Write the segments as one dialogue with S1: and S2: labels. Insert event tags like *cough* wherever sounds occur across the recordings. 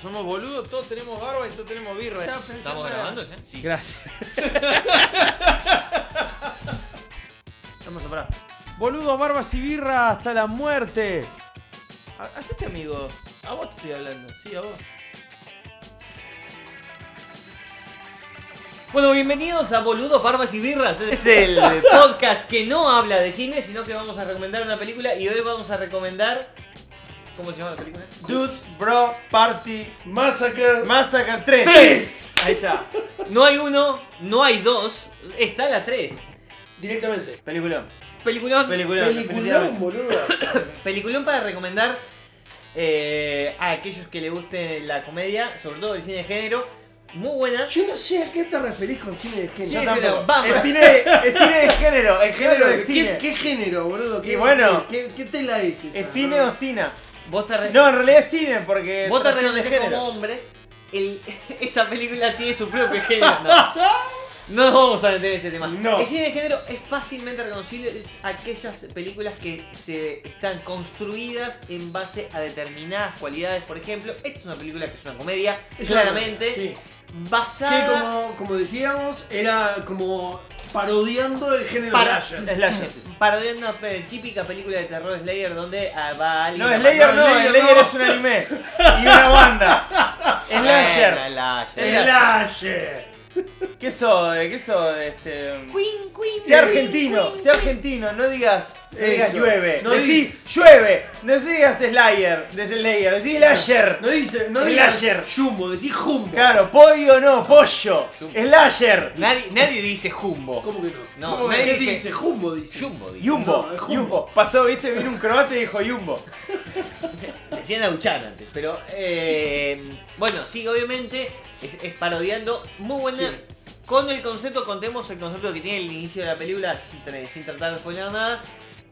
S1: Somos boludos, todos tenemos barba y todos tenemos birra. Estaba pensando-
S2: ¿Estamos grabando ya?
S1: Sí. Gracias. Vamos a parar. Boludos, barbas y birra hasta la muerte. Ha- Hacete amigo. A vos te estoy hablando. Sí, a vos.
S3: Bueno, bienvenidos a Boludos, Barbas y
S2: *laughs*
S3: Birras. Es el podcast que no habla de cine, sino que vamos a recomendar una película y hoy vamos a recomendar. ¿Cómo se llama la película?
S1: Dude, bro, party,
S4: Massacre.
S1: massacre 3.
S4: ¡Tres!
S1: Ahí está.
S3: No hay uno, no hay dos, está la tres.
S4: Directamente.
S1: Peliculón.
S3: Peliculón,
S1: Peliculón.
S4: Peliculón,
S1: definitivamente.
S4: boludo.
S1: *coughs*
S3: peliculón para recomendar eh, a aquellos que les guste la comedia, sobre todo el cine de género. Muy buena.
S4: Yo no sé a qué te referís con cine de
S1: Yo
S3: Sí,
S4: género.
S3: pero
S1: tampoco.
S3: vamos.
S1: Es cine, es cine de género. El género
S4: Claro,
S1: de cine.
S4: ¿qué, qué género, boludo? ¿Qué,
S1: Y bueno.
S4: ¿qué, qué tela es esa?
S1: ¿Es cine o cine?
S3: Vos te re-
S1: No, en realidad es cine
S4: eh,
S1: porque.
S3: vos te
S1: es cine de
S3: reconocés
S1: género.
S3: como hombre. el- *laughs* esa película tiene su propio género.
S4: *laughs*
S3: No, No nos vamos a meter en ese tema.
S1: No.
S3: El cine de género es fácilmente reconocible. Es aquellas películas que se están construidas en base a determinadas cualidades. Por ejemplo, esta es una película que es una comedia,
S4: Es una-
S3: claramente.
S4: sí. Que
S3: Basada.
S4: como, como decíamos, era como parodiando el género
S3: Para-
S4: Slasher.
S1: Slasher.
S3: Parodiando una pe- típica película de terror Slayer donde ah, va alguien.
S1: No,
S3: a
S1: Slayer
S3: matar-
S1: no,
S4: Slayer
S1: Slayer
S4: no.
S1: es un anime. Y una banda.
S3: Bueno,
S1: Slasher.
S3: Slasher.
S4: Slasher.
S1: ¿Qué sos? eh? ¿Qué sos? Este.
S3: Queen, Queen,
S1: Sea
S3: Queen,
S1: argentino,
S3: Queen,
S1: sea
S3: Queen.
S1: argentino, no digas, no digas
S4: Eso.
S1: llueve,
S4: No
S1: decís
S4: dice-
S1: llueve, no digas Slayer, de Slayer, decís Slasher,
S4: No dice, no digas
S1: Slasher.
S4: Jumbo, decís Jumbo.
S1: claro, pollo no, pollo,
S3: Jumbo.
S1: Slasher,
S3: Nadie, nadie dice Jumbo.
S4: ¿Cómo que no?
S3: No,
S4: ¿Cómo que
S3: nadie
S4: ¿Qué te
S3: dice-
S4: dice? Jumbo dice.
S3: Jumbo, dice.
S1: Jumbo,
S4: No, es Jumbo.
S1: Jumbo, pasó, viste, vino un croata y dijo Jumbo,
S3: Decían Auchan antes, pero eh, bueno, sí, obviamente es, es parodiando. Muy buena.
S4: Sí.
S3: Con el concepto, contemos el concepto que tiene el inicio de la película sin, tra- sin tratar de spoiler nada.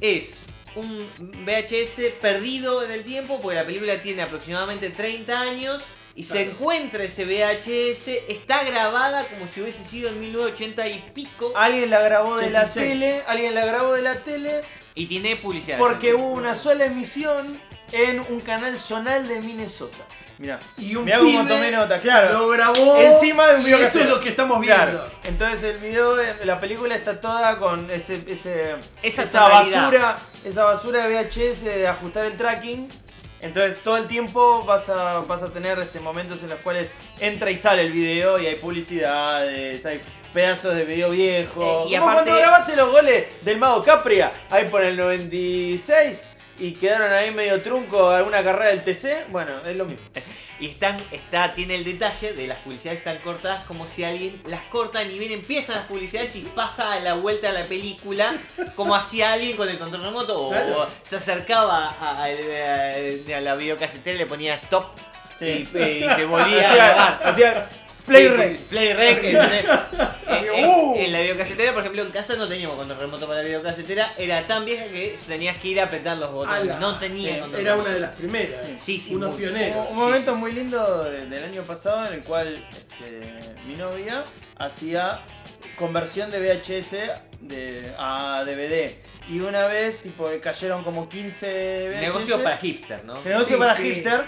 S3: Es un VHS perdido en el tiempo, porque la película tiene aproximadamente 30 años. Y se
S4: Claro.
S3: encuentra ese VHS, está grabada como si hubiese sido en 1980 y pico.
S4: Ah.
S1: alguien la grabó de la
S4: 86.
S1: tele, alguien la grabó de la tele,
S3: Y tiene publicidad.
S1: porque hubo una sola emisión en un canal zonal de Minnesota, mirá,
S4: Y un
S1: mirá cómo
S4: pibe
S1: tomé nota, claro.
S4: Lo grabó.
S1: Encima de un
S4: y
S1: video
S4: Eso es
S1: casero.
S4: lo que estamos viendo.
S1: Claro, entonces el video, eh, la película está toda con ese, ese-
S3: Esa
S1: esa
S3: tonalidad.
S1: basura, esa basura de VHS de ajustar el tracking. Entonces todo el tiempo vas a, vas a tener este, momentos en los cuales entra y sale el video y hay publicidades, hay pedazos de video viejo.
S3: Eh, y
S1: Como
S3: aparte-
S1: cuando grabaste los goles del Mago Capria, ahí por el 96 y quedaron ahí medio trunco alguna carrera del TC, bueno, es lo mismo.
S3: Y están, está, tiene el detalle de las publicidades están cortadas como si alguien las corta y bien empiezan las publicidades y pasa a la vuelta a la película como hacía alguien con el control remoto o,
S4: Claro.
S3: o se acercaba a, a- a- a la videocasetera y le ponía stop
S1: Sí.
S3: y, y se volvía
S1: *laughs*
S3: a
S1: Hacía-
S3: grabar.
S1: hacía play
S3: Sí, sí,
S1: rec.
S3: Play rec.
S1: *laughs*
S3: ¿entendés? en, en-
S1: ¡Uh!
S3: en la videocasetera, por ejemplo, en casa no teníamos control remoto para la videocasetera. Era tan vieja que tenías que ir a apretar los botones.
S4: Ala. Eh,
S3: No tenía
S1: Sí,
S3: control
S4: Era
S3: remoto.
S4: una de las primeras.
S3: Sí, sí,
S4: Unos
S3: muy-
S4: pioneros.
S1: Un
S3: Sí,
S1: momento muy lindo de- del año pasado en el cual este, mi novia hacía conversión de VHS de, a DVD. Y una vez, tipo, cayeron como 15 VHS.
S3: Negocios para hipster, ¿no?
S1: Negocio
S4: Sí,
S1: para
S4: sí.
S1: hipster.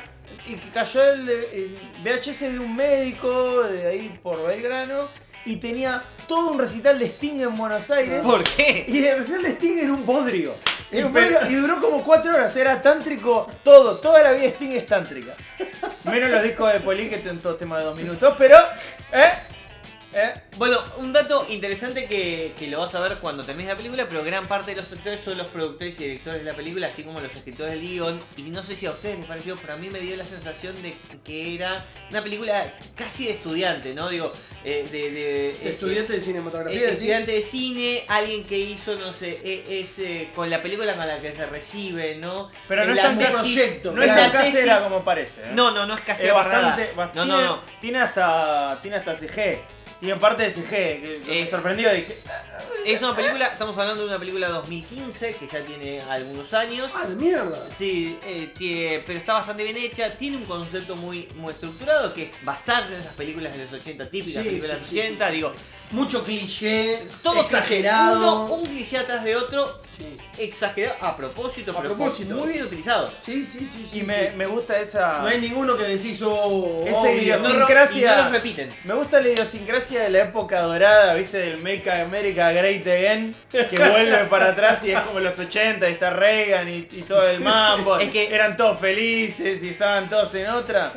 S1: Y que cayó el, de- el VHS de un médico de ahí por Belgrano. Y tenía todo un recital de Sting en Buenos
S3: *laughs*
S1: Aires.
S3: ¿Por qué?
S1: Y el recital de Sting era un bodrio. Era un
S4: Y pero-
S1: bodrio, y duró como cuatro horas. Era tántrico todo. Toda la vida Sting es tántrica. Menos los discos de Poli que tienen todos temas de dos minutos. Pero, ¿eh? ¿eh?
S3: Bueno, un dato interesante que, que lo vas a ver cuando termines la película, pero gran parte de los actores son los productores y directores de la película, así como los escritores del guión. Y no sé si a ustedes les pareció, pero a mí me dio la sensación de que era una película casi de estudiante, ¿no? Digo, eh, de, de- eh,
S4: Este, Estudiante de
S3: eh,
S4: cinematografía.
S3: eh,
S4: decís.
S3: estudiante de cine, alguien que hizo, no sé, eh, es, eh, con la película con la que se recibe, ¿no?
S1: Pero no
S3: En
S1: es
S3: la
S1: tan
S3: tesis-
S4: proyecto,
S1: No es
S3: en
S1: tan
S3: la tesis-
S1: casera como parece. ¿eh?
S3: No, no, no es
S1: Es
S3: casera. para nada.
S1: bastante, bast-
S3: No, no,
S1: tiene-
S3: no.
S1: Tiene hasta, tiene hasta CG. Tiene parte de CG, que que
S3: Eh.
S1: me sorprendió. Dije,
S3: Es una película, estamos hablando de una película 2015 que ya tiene algunos años.
S4: ¡Ah, la mierda!
S3: Sí, eh, tiene- pero está bastante bien hecha, tiene un concepto muy, muy estructurado que es basarse en esas películas de los 80, típicas
S4: Sí,
S3: películas de
S4: sí,
S3: los
S4: sí,
S3: 80, digo,
S4: Mucho cliché,
S3: todo
S4: exagerado.
S3: cliché, uno- un cliché atrás de otro,
S4: Sí.
S3: exagerado a propósito,
S4: A
S3: pero
S4: propósito.
S3: muy bien utilizado.
S4: Sí, sí, sí, sí.
S1: y me,
S4: sí.
S1: me gusta esa.
S4: No hay ninguno que decís, oh,
S1: Ese
S4: obvio.
S1: video-
S3: No, ro- y
S1: Idiosincrasia.
S3: no los repiten.
S1: Me gusta la idiosincrasia de la época dorada, viste, del Make America Great Again, que vuelve para atrás y es como los 80, y está Reagan y, y todo el mambo.
S3: Es que-
S1: eran todos felices y estaban todos en otra.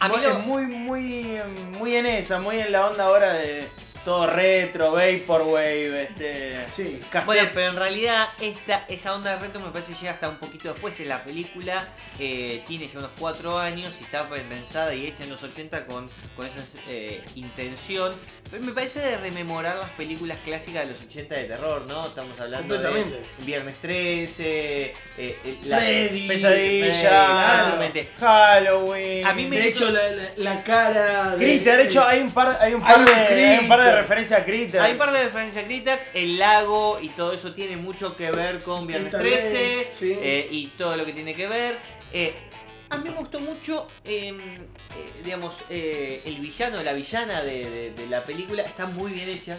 S3: A mí
S1: Muy-
S3: lo-
S1: es muy, muy, muy en esa, muy en la onda ahora de todo retro, vaporwave, este.
S4: Sí.
S1: cassette.
S3: Bueno, pero en realidad esta, esa onda de reto me parece que llega hasta un poquito después en la película. eh, tiene ya unos 4 años y está pensada y hecha en los 80 con, con esa eh, intención. Pero me parece de rememorar las películas clásicas de los 80 de terror, ¿no? Estamos hablando de
S4: Completamente.
S3: Viernes 13, eh, eh,
S4: Freddy,
S1: Pesadilla,
S3: Freddy, exactamente.
S1: Halloween.
S3: A mí me-
S4: De hecho, la, la- la cara. de-
S1: Critter, de hecho, hay un par, hay un par,
S4: Hay un
S1: de, hay un par de
S4: Critter.
S1: referencias a Critter.
S3: Hay parte de referencias gritas, el lago y todo eso tiene mucho que ver con Viernes
S4: Está bien,
S3: 13
S4: sí.
S3: eh, y todo lo que tiene que ver. Eh, a mí me gustó mucho, eh, eh, digamos, eh, el villano, la villana de, de- de la película está muy bien hecha.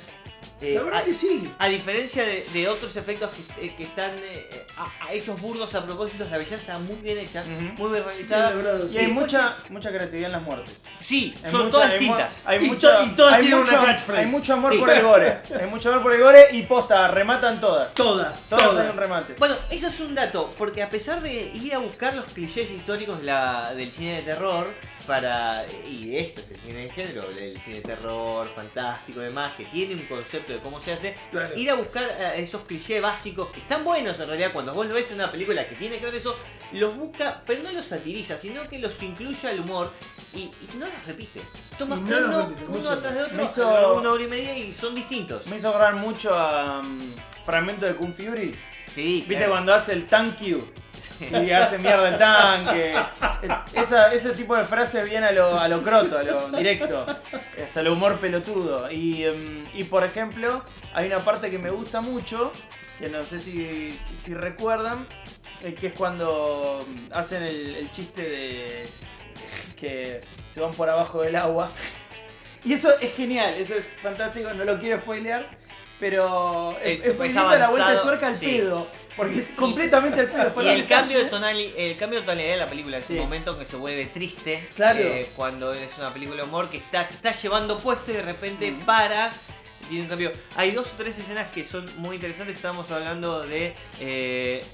S3: Eh,
S4: La verdad
S3: a-
S4: que sí.
S3: a diferencia de, de otros efectos que, eh, que están eh, a- a hechos burdos a propósito, la villana está muy bien hecha,
S1: Ujú.
S3: muy bien
S4: Sí, la
S3: realizada.
S4: verdad,
S1: Y hay
S4: sí.
S1: mucha, mucha creatividad en las muertes.
S3: Sí,
S1: Hay
S3: son
S1: mucha-
S3: todas
S1: hay mu-
S3: tintas.
S1: Hay
S4: Y
S1: mucha,
S4: to- y todas
S1: hay
S4: tienen
S1: mucho-
S4: una catchphrase.
S1: Hay mucho amor
S3: Sí.
S1: por
S3: *laughs*
S1: el gore. Hay mucho amor por el gore y posta, rematan todas.
S4: Todas,
S1: Todas,
S4: todas.
S1: hay un remate.
S3: Bueno, eso es un dato, porque a pesar de ir a buscar los clichés históricos de la- del cine de terror, para. y de esto, el cine de género, el cine de terror, fantástico y demás, que tiene un concepto de cómo se hace,
S4: Claro.
S3: ir a buscar eh, esos clichés básicos que están buenos en realidad cuando vos lo ves en una película que tiene que ver eso, los busca, pero no los satiriza, sino que los incluye al humor y, y no los repite. Toma
S4: Y
S3: uno,
S4: no los repite, muy
S3: uno atrás de
S1: Me
S3: otro,
S1: hizo-
S3: a lo largo de una hora y media y son distintos.
S1: Me hizo acordar mucho a um, Fragmento de Kung Fury.
S3: Sí,
S1: Viste
S3: claro.
S1: cuando hace el thank you y hace mierda el tanque. Esa- ese tipo de frase viene a lo, a lo croto, a lo directo. Hasta el humor pelotudo. Y, em, y, por ejemplo, hay una parte que me gusta mucho, que no sé si, si recuerdan, eh, que es cuando em, hacen el, el chiste de que se van por abajo del agua. Y eso es genial, eso es fantástico, no lo quiero spoilear, pero es,
S3: Eh,
S1: es muy
S3: es
S1: linda la vuelta de
S3: avanzado,
S1: tuerca al
S3: sí.
S1: pedo, porque es completamente al pedo.
S3: Y
S1: fuera de
S3: el cambio, de
S1: calle.
S3: tonali- el cambio de tonalidad de la película es
S1: Sí.
S3: un momento que se vuelve triste.
S1: Claro.
S3: eh, cuando es una película de humor que está, te está llevando puesto y de repente para. y Tiene un cambio. Hay dos o tres escenas que son muy interesantes. Estamos hablando de. eh,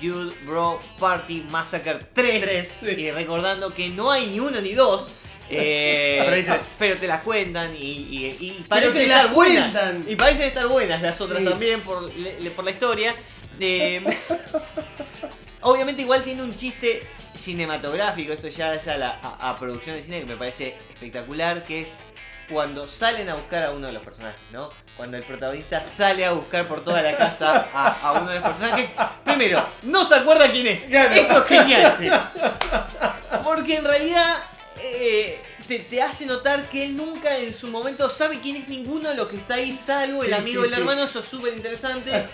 S3: Dude Bro Party Massacre 3. Y recordando que no hay ni uno ni dos.
S1: *laughs*
S3: eh,
S1: Pero hay tres.
S3: pero te las cuentan y, y, y
S4: te
S3: parecen
S4: las
S3: estar buenas.
S4: cuentan.
S3: Y parecen estar buenas las otras
S4: Sí.
S3: también por, le- le- por la historia. Eh, Obviamente igual tiene un chiste cinematográfico, esto ya es a, la, a, a producción de cine que me parece espectacular, que es cuando salen a buscar a uno de los personajes, ¿no? Cuando el protagonista sale a buscar por toda la casa a, a uno de los personajes, primero, no se acuerda quién es.
S4: Claro.
S3: Eso es genial. Porque en realidad eh, te, te hace notar que él nunca en su momento sabe quién es ninguno de los que está ahí, salvo el
S4: Sí,
S3: amigo y
S4: sí,
S3: el
S4: sí.
S3: hermano, eso es súper interesante.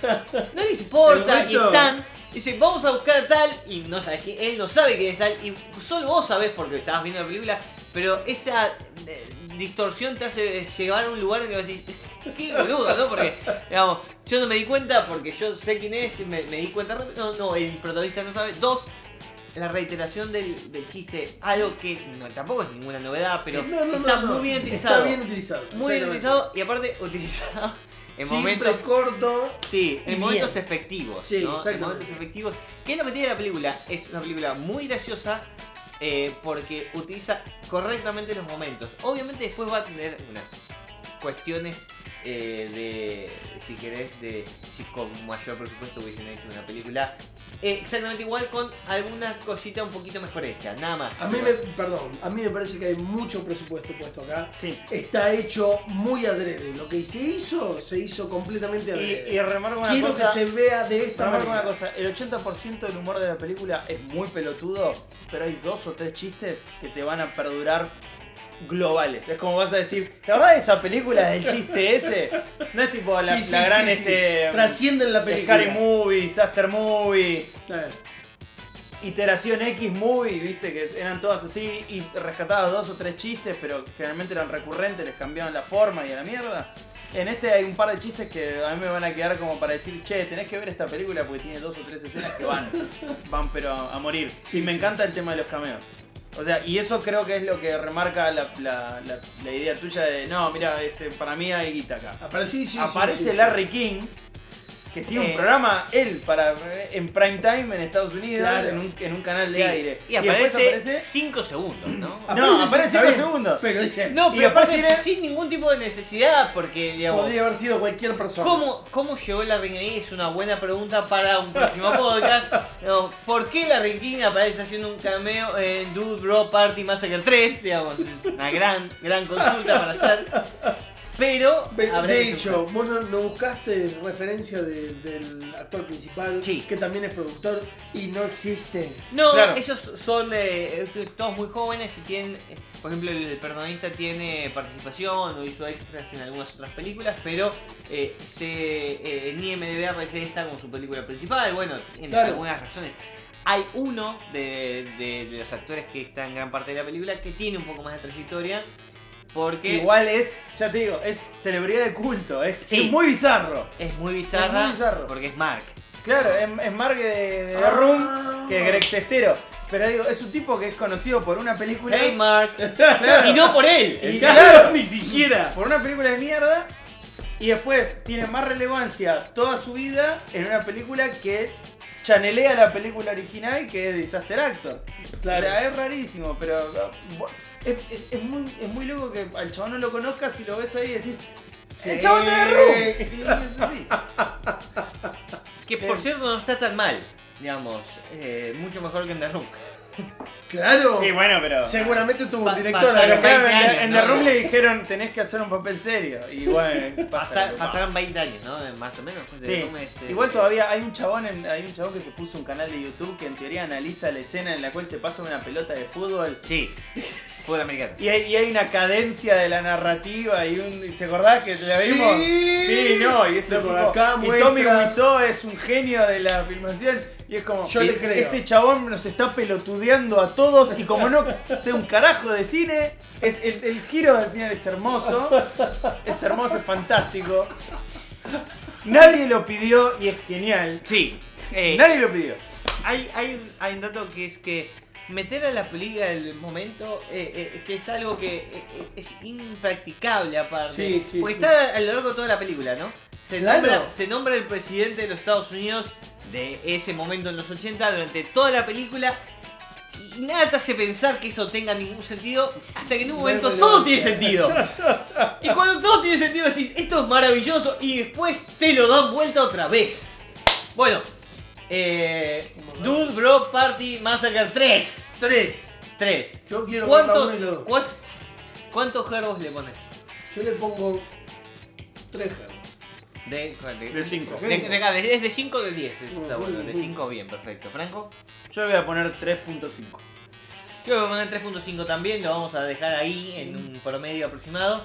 S3: No les importa,
S4: El
S3: y
S4: resto-
S3: están. Dice, vamos a buscar a tal, y no sabes quién, él no sabe quién es tal, y solo vos sabés porque estabas viendo la película, pero esa eh, distorsión te hace llegar a un lugar en que decís, qué boludo, ¿no? Porque, digamos, yo no me di cuenta porque yo sé quién es, me, me di cuenta, rápido. no, no, el protagonista no sabe. Dos, la reiteración del, del chiste, algo que no, tampoco es ninguna novedad, pero
S4: No, no, no,
S3: está
S4: no.
S3: muy bien utilizado.
S4: Está bien utilizado.
S3: muy bien
S4: exactamente.
S3: utilizado, y aparte utilizado en
S4: Simple,
S3: momentos
S4: corto.
S3: Sí,
S4: Y
S3: en momentos
S4: bien.
S3: efectivos.
S4: Sí,
S3: ¿no? En
S4: exactamente.
S3: momentos efectivos. ¿Qué es lo que tiene la película? Es una película muy graciosa eh, porque utiliza correctamente los momentos. Obviamente después va a tener unas cuestiones eh, de, si querés, de si con mayor presupuesto hubiesen hecho una película eh, exactamente igual con alguna cosita un poquito mejor hecha, nada más.
S4: A mí me, perdón, a mí me parece que hay mucho presupuesto puesto acá.
S1: Sí.
S4: Está hecho muy adrede. Lo que se hizo, se hizo completamente adrede.
S1: Y, y remarco una
S4: eh, Quiero
S1: cosa.
S4: que se vea de esta
S1: remarco una
S4: manera.
S1: cosa, el 80% del humor de la película es muy pelotudo, pero hay dos o tres chistes que te van a perdurar globales. Es como vas a decir, la verdad esa película del chiste ese, no es tipo la,
S4: Sí, sí,
S1: la
S4: sí,
S1: gran
S4: sí.
S1: este
S4: Trascienden la película.
S1: Scary Movie, Disaster Movie,
S4: Claro.
S1: Iteración X Movie, viste que eran todas así y rescatabas dos o tres chistes, pero generalmente eran recurrentes, les cambiaban la forma y a la mierda. En este hay un par de chistes que a mí me van a quedar como para decir, che, tenés que ver esta película porque tiene dos o tres escenas que van, van pero a, a morir. y me encanta el tema de los cameos. O sea, y eso creo que es lo que remarca la, la- la- la idea tuya de, no, mira, este, para mí hay guita acá.
S4: Aparece, sí, sí,
S1: Aparece
S4: sí, sí.
S1: Larry King, que tiene
S3: Eh.
S1: un programa, él, para, en prime time en Estados Unidos,
S4: Claro.
S1: en, un, en un canal de
S3: Sí,
S1: aire.
S3: Y aparece
S1: después
S3: 5 segundos, ¿no?
S4: Ah,
S1: No,
S4: está
S1: aparece cinco
S4: bien,
S1: segundos.
S4: Pero ese
S3: No,
S1: Y
S3: pero
S1: aparte
S3: aparte
S1: tiene-
S3: sin ningún tipo de necesidad, porque digamos.
S4: podría haber sido cualquier persona.
S3: ¿Cómo, ¿Cómo llegó la Ringini? Es una buena pregunta para un próximo podcast. No, ¿Por qué la Ringini aparece haciendo un cameo en Dude Bro Party Massacre 3? Digamos, una gran, gran consulta para hacer. Pero,
S4: Ve-
S3: habrá
S4: De
S3: que
S4: hecho, vos no, no buscaste referencia de- del actor principal,
S3: Sí.
S4: que también es productor, y no
S1: *laughs*
S4: existe.
S3: No,
S1: Claro.
S3: ellos son eh, todos muy jóvenes y tienen, eh, por ejemplo, el perdonista tiene participación o hizo extras en algunas otras películas, pero eh, se, eh, en IMDb aparece esta como su película principal, bueno, en
S4: Claro.
S3: algunas razones. Hay uno de, de- de los actores que está en gran parte de la película que tiene un poco más de trayectoria, porque
S1: Igual es, ya te digo, es celebridad de culto, es,
S3: Sí.
S1: es muy bizarro.
S3: es muy bizarra,
S1: muy bizarro.
S3: porque es Mark.
S1: Claro, es, es Mark de, de The
S4: Ah.
S1: Room que Greg Sestero. Pero digo, es un tipo que es conocido por una película.
S3: Hey Mark,
S1: Claro.
S3: y no por él.
S1: Y claro,
S4: Claro, ni siquiera.
S1: por una película de mierda y después tiene más relevancia toda su vida en una película que chanelea la película original que es Disaster Actor.
S4: Claro.
S1: O sea, es rarísimo, pero uh, bo- es, es- es muy, es muy loco que al chabón no lo conozcas y lo ves ahí y decís, ¡El chabón de *laughs* The Room! Y dices, "Sí".
S3: Que por cierto no está tan mal, digamos, eh, mucho mejor que en The Room.
S4: Claro.
S1: *laughs* Y bueno, pero...
S4: Seguramente tuvo
S3: Pa-
S4: un director.
S3: pasaron
S4: acá.
S1: Claro, en,
S3: 20
S1: en
S3: años,
S1: The
S3: ¿no?
S1: Room le dijeron, tenés que hacer un papel serio. Y *laughs* bueno, pasa
S3: Pasa-
S1: lo que pasa.
S3: pasaron 20 años, ¿no? Más o menos. The
S1: Sí.
S3: Room es, eh,
S1: Igual todavía hay un chabón en- hay un chabón que se puso un canal de YouTube que en teoría analiza la escena en la cual se pasa una pelota de fútbol.
S3: Sí, fútbol americano.
S1: Y hay, y hay una cadencia de la narrativa y un. ¿Te acordás que la vimos?
S4: Sí.
S1: Sí, no, y este
S4: Por
S1: tipo-
S4: acá
S1: y Tommy
S4: muestra-
S1: Wiseau es un genio de la filmación. Y es como,
S4: Yo le
S1: "Este
S4: creo".
S1: este chabón nos está pelotudeando a todos y como no sé un carajo de cine, es el, el giro del final es hermoso, es hermoso, es fantástico. Nadie lo pidió y es genial.
S3: Sí. eh,
S1: Nadie lo pidió.
S3: hay, hay, un- hay un dato que es que meter a la película del momento eh, eh, que es algo que eh, eh, es impracticable aparte.
S4: Sí, sí,
S3: porque
S4: sí.
S3: está a lo largo de toda la película, ¿no? Se,
S4: Claro.
S3: nombra, se nombra el presidente de los Estados Unidos de ese momento en los 80 durante toda la película. Y nada te hace pensar que eso tenga ningún sentido hasta que en un
S4: No
S3: momento
S4: es
S3: todo tiene
S4: relevancia.
S3: sentido. Y cuando todo tiene sentido decís, esto es maravilloso y después te lo dan vuelta otra vez. Bueno, eh, Dude Bro Party Massacre 3.
S4: Tres.
S3: 3.
S4: Yo quiero
S3: ¿Cuántos,
S4: ver la uno y la dos.
S3: cuán- ¿Cuántos gerbos le pones?
S4: Yo le pongo tres gerbos.
S3: De, de,
S1: De cinco.
S3: de- de- de- es de 5 o de 10. Está
S4: Ujú,
S3: bueno, de
S4: ujú.
S3: 5 bien, perfecto. ¿Franco?
S1: Yo le voy a poner 3.5.
S3: Yo le voy a poner 3.5 también, lo vamos a dejar ahí en un promedio aproximado.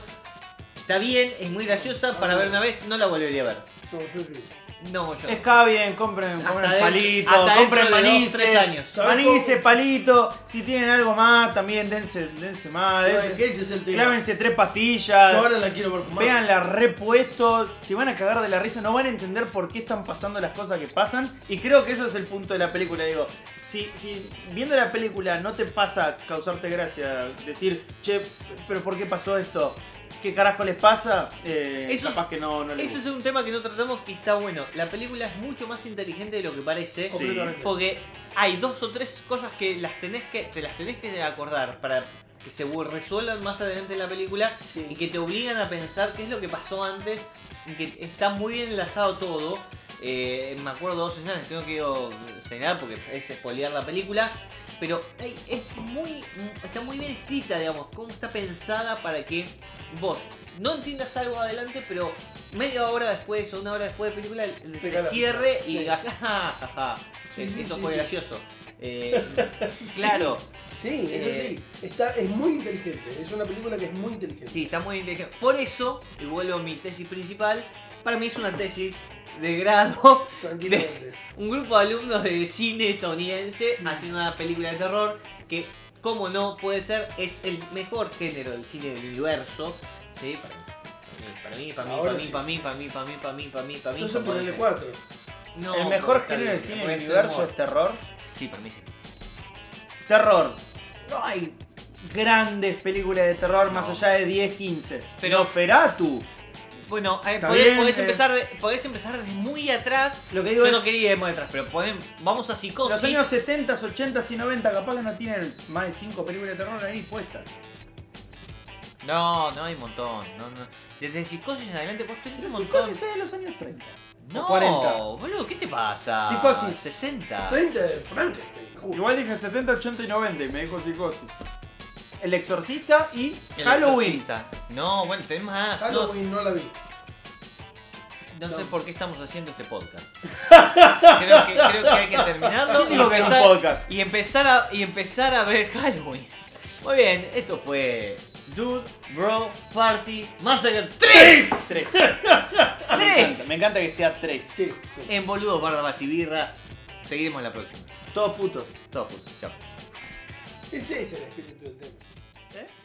S3: Está bien, es muy graciosa, para ver una vez no la volvería a ver.
S4: No, yo sí.
S3: No, yo. no.
S1: Está bien, compren, compren
S3: dentro-
S1: palito,
S3: hasta
S1: compren
S3: dentro de dos,
S1: manice.
S3: tres años.
S4: ¿Sabes
S1: Manice,
S4: cómo?
S1: palito. Si tienen algo más, también dense, dense más.
S4: Bueno,
S1: dense-
S4: ¿Qué ese es el tema?
S1: Clávense tres
S4: Yo
S1: pastillas.
S4: ahora la quiero perfumar.
S1: Véanla repuesto, si van a cagar de la risa, no van a entender por qué están pasando las cosas que pasan. Y creo que eso es el punto de la película. Digo, si, si viendo la película no te pasa causarte gracia, decir, che, pero ¿por qué pasó esto? ¿Qué carajo les pasa? Eh,
S3: Eso-
S1: capaz que no, no les
S3: Eso es un tema que no tratamos que está bueno. La película es mucho más inteligente de lo que parece.
S4: Completamente.
S3: Porque hay dos o tres cosas que las tenés que, te las tenés que acordar para que se bu- resuelvan más adelante en la película
S4: Sí.
S3: y que te obligan a pensar qué es lo que pasó antes y que está muy bien enlazado todo. Eh, me acuerdo dos escenas, tengo que digo, señalar porque es spoilear la película, pero hay- es muy, está muy bien escrita, digamos, cómo está pensada para que vos no entiendas algo adelante, pero media hora después o una hora después de película te
S4: Pegala.
S3: cierre y
S4: Sí.
S3: digas, "Ah, ja, ja,
S4: Sí,
S3: es-
S4: sí,
S3: esto
S4: sí,
S3: fue
S4: sí.
S3: gracioso. Eh, *laughs* claro,
S4: Sí, eso
S3: Eh,
S4: sí. Está, es muy inteligente. Es una película que es muy inteligente.
S3: sí, está muy inteligente. Por eso, y vuelvo a mi tesis principal, para mí es una tesis de grado *laughs*
S4: Tranquilamente.
S3: un grupo de alumnos de cine estadounidense
S1: Mm.
S3: haciendo una película de terror que, como no puede ser, es el mejor género del cine del universo. ¿sí? Para mí, para mí,
S4: Ahora
S3: para mí,
S4: sí.
S3: para mí, para mí, para mí, para mí, para mí, para mí, para mí.
S4: Entonces
S3: para mí.
S4: ponele E cuatro.
S3: No,
S1: el mejor
S3: está
S1: género del
S3: bien,
S1: cine
S3: puede
S1: del
S3: ser
S1: universo
S3: humor.
S1: es terror.
S3: Sí, para mí sí.
S1: Terror. No hay grandes películas de terror más
S3: No.
S1: allá de 10, 15.
S3: Pero-
S1: Pero Feratu.
S3: Bueno, eh,
S1: Está
S3: podés,
S1: bien,
S3: podés
S1: eh.
S3: empezar de- podés empezar desde muy atrás.
S1: Lo que digo
S3: Yo
S1: es-
S3: no quería ir muy atrás, pero podés- vamos a psicosis.
S1: Los años 70, 80 y 90 capaz que no tienen más de 5 películas de terror ahí puestas.
S3: No, no hay un montón. No, no. Desde psicosis en adelante vos tenés un
S1: Pero
S3: montón.
S1: Psicosis es de los años 30.
S3: No,
S1: 40.
S3: boludo, ¿qué te pasa?
S1: Psicosis.
S3: 60.
S4: 30 de Frankenstein. ju-
S1: Igual dije 70, 80 y 90 y me dijo psicosis. El exorcista y
S3: El
S1: Halloween.
S3: Exorcista. No, bueno, tenés más. No-
S4: Halloween no la vi.
S3: No,
S4: No.
S3: sé por qué estamos haciendo este
S1: *laughs*
S3: podcast. creo, que, creo que hay que terminarlo
S1: ¿Quién
S3: y
S1: dijo que era un
S3: empezar,
S1: podcast?
S3: y, empezar a, y empezar a ver Halloween. Muy bien, esto fue Dude, Bro, Party, Massacre 3. 3.
S1: *laughs* Me encanta, me encanta que sea 3.
S4: Sí. sí.
S3: En boludo, barda, Bas y birra. Seguiremos la próxima.
S1: Todos putos.
S3: Todos juntos. Chao.
S4: Ese es el espíritu del tema.
S1: ¿Eh?